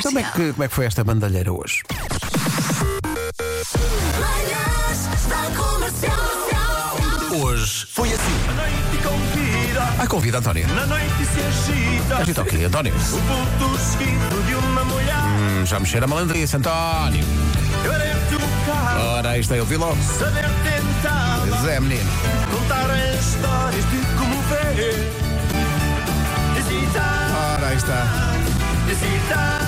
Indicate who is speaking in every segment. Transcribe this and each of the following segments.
Speaker 1: Como é, que, como é que foi esta bandalheira hoje?
Speaker 2: Manhãs da Comercial.
Speaker 1: Hoje foi assim.
Speaker 3: A noite convida,
Speaker 1: Ah, convida, António.
Speaker 3: na noite se agita.
Speaker 1: Agita o quê, António?
Speaker 3: O vulto seguido de uma mulher.
Speaker 1: Hum, já mexer a malandrice, António.
Speaker 3: Eu era um trocado,
Speaker 1: Ora, isto é o Viló.
Speaker 3: saber tentava
Speaker 1: Zé, menino.
Speaker 3: contar as histórias de como ver. Hesitar,
Speaker 1: Ora, aí está.
Speaker 3: hesitar,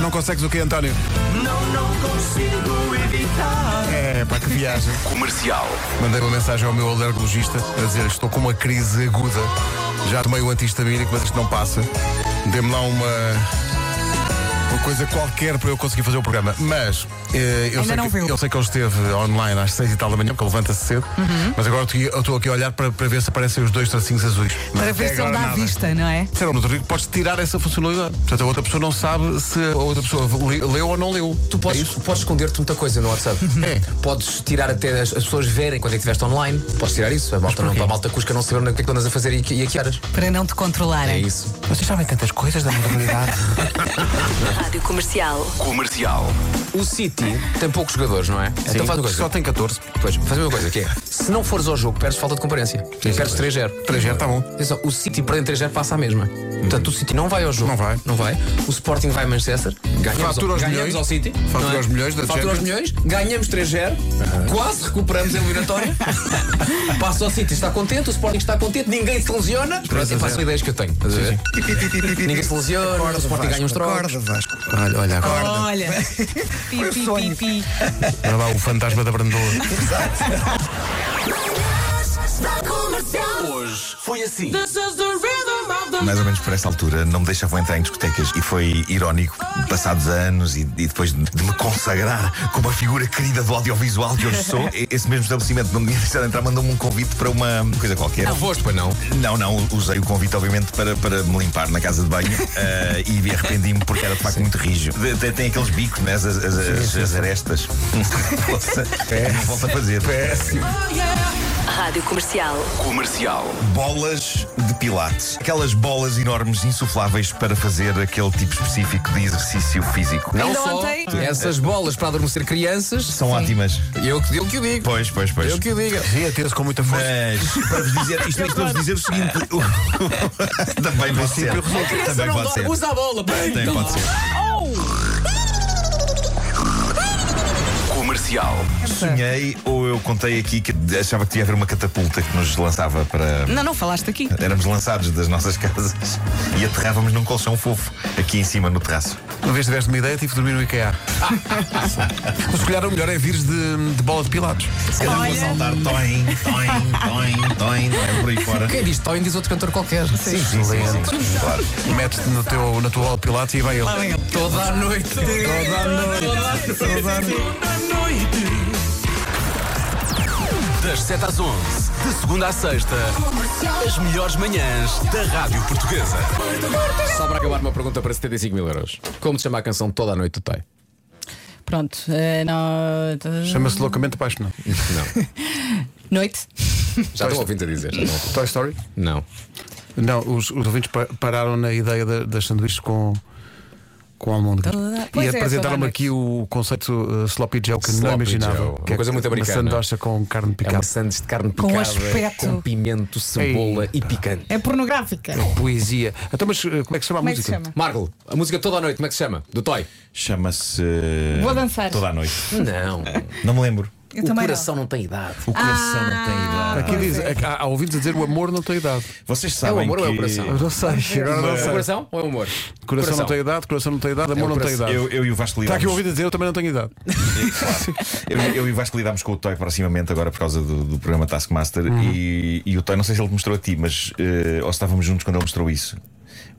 Speaker 1: Não consegues o quê, António?
Speaker 3: não, não consigo evitar.
Speaker 1: É, para que viagem.
Speaker 4: Comercial.
Speaker 1: Mandei uma mensagem ao meu alergologista a dizer estou com uma crise aguda. Já tomei o antihistamínico, mas isto não passa. Dê-me lá uma. Uma coisa qualquer para eu conseguir fazer o programa. Mas eh, eu, sei
Speaker 5: não
Speaker 1: que,
Speaker 5: viu.
Speaker 1: eu sei que ele esteve online às seis e tal da manhã, porque ele levanta-se cedo.
Speaker 5: Uhum.
Speaker 1: Mas agora eu estou aqui- eu estou aqui a olhar para, para ver se aparecem os dois tracinhos azuis.
Speaker 5: Para ver se ele dá à vista, não é?
Speaker 1: Disseram no Rico, podes tirar essa funcionalidade. Portanto, a outra pessoa não sabe se a outra pessoa li- leu ou não leu.
Speaker 6: Tu podes, podes esconder-te muita coisa no WhatsApp.
Speaker 1: É.
Speaker 6: Podes tirar até as, as pessoas verem quando é que estiveste online. Podes tirar isso. A malta, não, a malta cusca não saber o que é que tu andas a fazer e, que- e a que horas.
Speaker 5: Para não te
Speaker 6: É
Speaker 5: controlarem.
Speaker 6: isso.
Speaker 1: Vocês sabem tantas coisas da modernidade.
Speaker 7: Rádio Comercial.
Speaker 4: Comercial.
Speaker 6: O City tem poucos jogadores, não é? então faz uma coisa.
Speaker 1: Só tem 14.
Speaker 6: Pois, faz a mesma coisa, que é: se não fores ao jogo, perdes falta de comparência. perdes 3-0.
Speaker 1: 3-0, tá bom. Uhum.
Speaker 6: Atenção, o City perdendo 3-0 passa a mesma. Portanto, o City não vai ao jogo.
Speaker 1: Não vai.
Speaker 6: Não vai. O Sporting vai a Manchester. Ganhamos,
Speaker 1: Fatura aos
Speaker 6: ganhamos
Speaker 1: milhões.
Speaker 6: ao City.
Speaker 1: Fatura
Speaker 6: não é?
Speaker 1: aos milhões da Uhum.
Speaker 6: Fatura aos milhões. Ganhamos 3-0. Quase recuperamos a eliminatória. passa ao City, está contente. O Sporting está contente. Ninguém se lesiona. Pronto, eu faço ideias que eu tenho. estás a ver? Ninguém se lesiona. o Sporting ganha uns trocos.
Speaker 1: Vasco. Olha, olha agora.
Speaker 5: Olha. Pi, pi, pi, pi.
Speaker 1: Olha lá É o fantasma da Brandoa.
Speaker 2: Manhãs da Comercial.
Speaker 8: Mais ou menos por essa altura não me deixavam entrar em discotecas e foi irónico, passados anos e, e depois de, de me consagrar como a figura querida do audiovisual que hoje sou, e- esse mesmo estabelecimento não me tinha deixado entrar, mandou-me um convite para uma coisa qualquer. Não
Speaker 6: foste, pois não.
Speaker 8: Não, usei o convite obviamente para, para me limpar na casa de banho eh, e arrependi-me porque era de facto muito rijo. De- de- tem aqueles bicos, né, as, as- as- as arestas. Poça, não volto a fazer.
Speaker 7: Rádio Comercial.
Speaker 4: Comercial.
Speaker 8: Bolas de pilates. Aquelas bolas enormes, insufláveis para fazer aquele tipo específico de exercício físico.
Speaker 5: Ainda
Speaker 6: só
Speaker 5: ontem-
Speaker 6: Essas bolas para adormecer crianças
Speaker 8: São ótimas.
Speaker 6: Eu, eu que o digo.
Speaker 8: Pois, pois, pois.
Speaker 6: Eu que o digo.
Speaker 1: Devia ter-se com muita força.
Speaker 8: Mas para vos dizer, isto, é isto para vos dizer o seguinte: o- também pode ser. Também pode ser.
Speaker 6: Usa a bola.
Speaker 8: Também pode ser.
Speaker 4: Comercial.
Speaker 8: Sonhei ou eu contei aqui que achava que tinha a haver uma catapulta que nos lançava para.
Speaker 5: Não, não falaste aqui.
Speaker 6: É.
Speaker 8: Éramos lançados das nossas casas e aterrávamos num colchão fofo aqui em cima no terraço.
Speaker 1: Uma vez tiveste uma ideia, tive de dormir no IKEA. Mas se calhar o melhor é vires de, de bola de pilatos.
Speaker 8: Se calhar vou saltar toim, toim, toim, toim, é por aí fora.
Speaker 6: Quem diz Toin diz outro cantor qualquer. Sim,
Speaker 8: Sim, sim, sim, sim, claro.
Speaker 1: Metes-te no teu, na tua bola de pilatos e vai ele.
Speaker 6: Toda a noite. Toda a noite.
Speaker 9: Das 7 às 11, de segunda à sexta, as melhores manhãs da Rádio Portuguesa.
Speaker 6: Só para acabar uma pergunta para 75 mil euros. Como se chama a canção Toda a Noite do Toy?
Speaker 5: Pronto. eh, no-
Speaker 1: Chama-se loucamente apaixonado.
Speaker 5: Noite.
Speaker 6: Já estou ouvindo a dizer. já estou-
Speaker 1: Toy Story?
Speaker 6: Não.
Speaker 1: Não, os, os ouvintes pa- pararam na ideia da- das sanduíches com. Com almôndegas.
Speaker 5: Pois
Speaker 1: E
Speaker 5: é,
Speaker 1: apresentaram-me
Speaker 5: toda a
Speaker 1: aqui o conceito uh, sloppy Joe que não
Speaker 6: Sloppy
Speaker 1: imaginava.
Speaker 6: Joe,
Speaker 1: que
Speaker 6: uma coisa muito americana.
Speaker 1: Uma sandocha com carne
Speaker 6: É uma
Speaker 1: picada.
Speaker 6: sandes de carne
Speaker 5: Com
Speaker 6: picada,
Speaker 5: aspecto.
Speaker 6: com pimento, cebola e picante.
Speaker 5: É pornográfica.
Speaker 1: Poesia. Então, mas uh, como é que se chama a
Speaker 5: Como é que
Speaker 1: música?
Speaker 5: se chama?
Speaker 6: Margo, a música toda a noite, como é que se chama? Do Toy?
Speaker 8: Chama-se.
Speaker 5: Vou dançar.
Speaker 8: Toda a noite.
Speaker 6: Não.
Speaker 8: Não me lembro.
Speaker 5: Eu
Speaker 6: o
Speaker 5: também
Speaker 6: coração não. tem idade.
Speaker 8: O coração não tem idade.
Speaker 5: Ah,
Speaker 1: Aqui diz, há, há ouvintes a dizer o amor não tem idade.
Speaker 8: Vocês sabem.
Speaker 6: amor
Speaker 8: que...
Speaker 6: ou é o coração?
Speaker 1: Eu não sei, agora não
Speaker 6: É o
Speaker 1: sei. Coração,
Speaker 6: coração ou é o humor?
Speaker 1: não tem idade, coração não tem idade,
Speaker 6: É
Speaker 1: amor
Speaker 6: o
Speaker 1: não tem
Speaker 6: coração.
Speaker 1: idade.
Speaker 8: Eu, eu e o Vasco
Speaker 1: Está
Speaker 8: lidámos.
Speaker 1: aqui um ouvido a dizer, eu também não tenho idade.
Speaker 8: eu, eu e o Vasco lidámos com o Toy proximamente agora por causa do, do programa Taskmaster. E, e o Toy, não sei se ele te mostrou a ti, mas. eh, ou se estávamos juntos quando ele mostrou isso.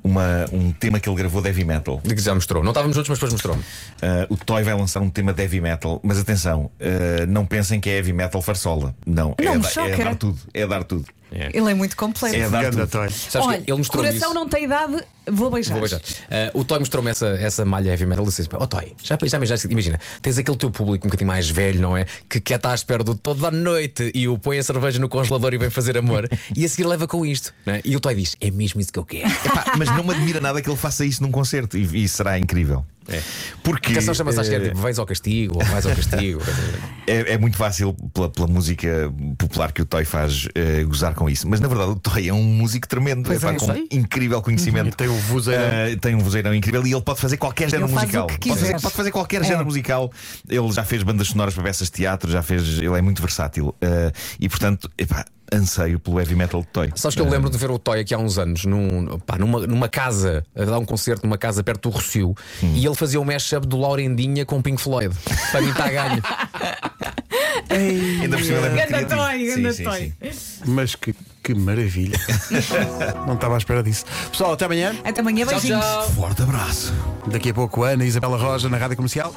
Speaker 8: Uma, um tema que ele gravou de heavy metal.
Speaker 6: De que já mostrou. Não estávamos juntos, mas depois mostrou-me.
Speaker 8: Ah, o Toy vai lançar um tema de heavy metal, eh, mas atenção, ah, não pensem que é heavy metal farsola. Não,
Speaker 5: Não
Speaker 8: é,
Speaker 5: me
Speaker 8: da- é
Speaker 5: choca.
Speaker 8: dar tudo, é dar tudo.
Speaker 4: Ele é muito completo.
Speaker 8: É dar
Speaker 1: Ganda,
Speaker 8: tudo.
Speaker 1: Toy.
Speaker 6: Sabes que
Speaker 4: Olha,
Speaker 6: ele mostrou-me
Speaker 4: coração
Speaker 6: isso.
Speaker 4: não tem idade, vou beijar.
Speaker 6: Vou beijar. Ah, o Toy mostrou-me essa, essa malha heavy metal. Ele disse: Oh, Toy, já, já, já, imagina, tens aquele teu público um bocadinho mais velho, não é? Que quer estar à espera do toda a noite e o põe a cerveja no congelador e vem fazer amor. e a seguir leva com isto. não é? E o Toy diz: É mesmo isso que eu quero.
Speaker 8: Epá, mas não me admira nada que ele faça isso num concerto e, e será incrível. Porque
Speaker 6: A canção chama-se à
Speaker 8: eh,
Speaker 6: esquerda, tipo, vais ao castigo, ou vais ao castigo.
Speaker 8: é, é muito fácil, pela, pela música popular que o Toy faz, eh, gozar com isso. Mas na verdade, o Toy é um músico tremendo, epá, com incrível conhecimento.
Speaker 1: Tem o vozeirão.
Speaker 8: Eh, tem um vozeirão incrível e ele pode fazer qualquer género
Speaker 4: Ele faz
Speaker 8: musical.
Speaker 4: o que
Speaker 8: pode, fazer,
Speaker 4: quiser.
Speaker 8: pode fazer qualquer género musical. Ele já fez bandas sonoras para peças de teatro, já fez. Ele é muito versátil. Eh, e portanto, epá, anseio pelo heavy metal de Toy.
Speaker 6: Sabes que eu lembro de ver o Toy aqui há uns anos num- pá, numa, numa casa, a dar um concerto numa casa perto do Rocio, e ele fazia um mashup do Laurendinha com o Pink Floyd. Para mim está ganho.
Speaker 8: Ainda por cima ele é muito
Speaker 4: Ganda
Speaker 8: criativo.
Speaker 4: Toy,
Speaker 8: Sim,
Speaker 4: ganda
Speaker 8: sim,
Speaker 4: Toy.
Speaker 8: sim.
Speaker 1: Mas que, que maravilha. Não estava à espera disso.
Speaker 5: Ah,
Speaker 1: Pessoal, até amanhã.
Speaker 5: é
Speaker 4: Até amanhã, beijinhos.
Speaker 1: Forte abraço. Daqui a pouco, Ana e Isabela Roja na Rádio Comercial.